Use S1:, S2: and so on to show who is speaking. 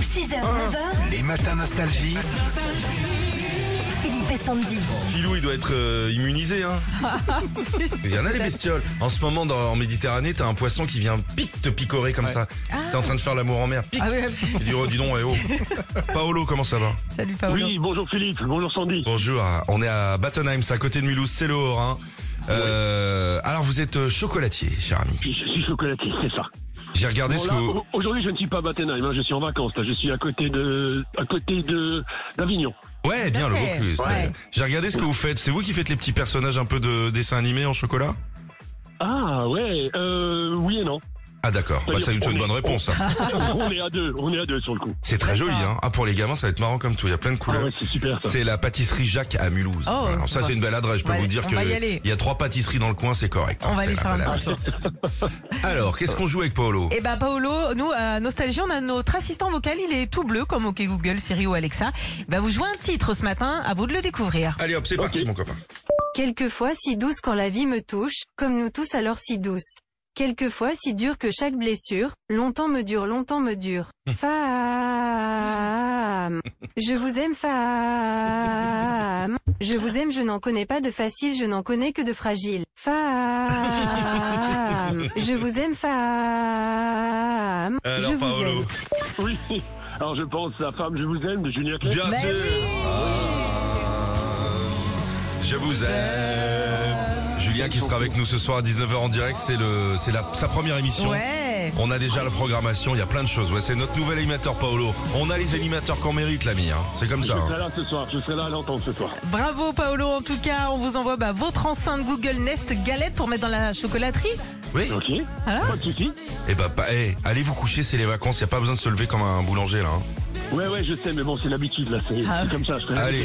S1: 6h, 9h,
S2: Les matins nostalgie.
S1: Philippe et Sandy.
S3: Philou, il doit être euh, immunisé, hein. Il y en a des bestioles. En ce moment, dans, en Méditerranée, t'as un poisson qui vient pic te picorer comme ça. T'es en train de faire l'amour en mer. Pic.
S4: Ah oui, oui.
S3: Il dit, oh, dis donc, eh, oh. Paolo, comment ça va
S4: salut Paolo.
S5: Oui, bonjour Philippe, bonjour Sandy.
S3: Bonjour, hein. on est à Battenheim, c'est à côté de Mulhouse, c'est le Haut-Rhin. Euh, Alors, vous êtes euh, chocolatier, cher ami.
S5: Je suis chocolatier, c'est ça.
S3: J'ai regardé
S5: Bon,
S3: ce
S5: là,
S3: que vous...
S5: au- Aujourd'hui, je ne suis pas à Battenheim, hein, je suis en vacances. Là. Je suis à côté de, à côté de d'Avignon.
S3: Ouais, bien, le
S4: Ouais.
S3: Vaucluse. très
S4: Ouais.
S3: bien. J'ai regardé ce que vous faites. C'est vous qui faites les petits personnages un peu de dessin animé en chocolat
S5: Ah ouais, euh, oui et non.
S3: Ah d'accord, bah, ça
S5: C'est-à-dire,
S3: nous donne une
S5: on est-
S3: bonne réponse. hein.
S5: on est à deux, on est à deux sur le coup.
S3: C'est très joli,
S4: D'accord.
S3: hein. Ah, pour les gamins, ça va être marrant comme tout. Il y a plein de
S5: Ah
S3: couleurs.
S5: ouais, c'est super ça.
S3: C'est la pâtisserie Jacques à Mulhouse.
S4: Oh,
S3: Voilà. Alors ça
S4: ouais.
S3: c'est une belle adresse, je peux
S4: Ouais,
S3: vous dire
S4: on
S3: que
S4: va y aller.
S3: il y a trois pâtisseries dans le coin, c'est correct.
S4: On
S3: hein,
S4: va
S3: c'est
S4: aller
S3: la
S4: faire un
S3: belle
S4: petit
S3: adresse.
S4: tour.
S3: Alors, qu'est-ce qu'on joue avec Paolo
S4: Eh ben Paolo, nous à Nostalgie, on a notre assistant vocal, il est tout bleu comme OK Google, Siri ou Alexa. Eh Ben vous jouez un titre ce matin, à vous de le découvrir.
S3: Allez hop, c'est parti mon copain.
S6: Quelquefois si douce quand la vie me touche, comme nous tous alors si douce. Quelquefois si dure que chaque blessure, longtemps me dure, longtemps me dure. Femme. Je vous aime femme. Je vous aime, je n'en connais pas de facile, je n'en connais que de fragile. Femme. Je vous aime femme.
S3: Alors
S6: je vous aime.
S3: Paolo.
S5: Oui. Alors je pense à Femme, je vous aime de Julien Clerc.
S3: Bien
S4: Bah
S3: sûr. Ah. Je vous aime. Julien qui sera avec nous ce soir à 19h en direct, c'est le c'est la sa première émission.
S4: Ouais.
S3: On a déjà la programmation, il y a plein de choses. Ouais, c'est notre nouvel animateur Paolo. On a les animateurs qu'on mérite l'ami hein. C'est comme
S5: Je
S3: ça. hein.
S5: serai là ce soir, je serai là à l'entendre ce soir.
S4: Bravo Paolo en tout cas, on vous envoie bah, votre enceinte Google Nest galette pour mettre dans la chocolaterie.
S3: Oui.
S5: Ok
S4: Voilà.
S5: Pas de soucis.
S3: Eh bah, bah, eh, allez vous coucher, c'est les vacances, il y a pas besoin de se lever comme un boulanger là. hein.
S5: Ouais, ouais, je sais, mais bon, c'est l'habitude là, c'est
S4: Ah.
S5: c'est comme ça. Je serai là.
S3: Allez.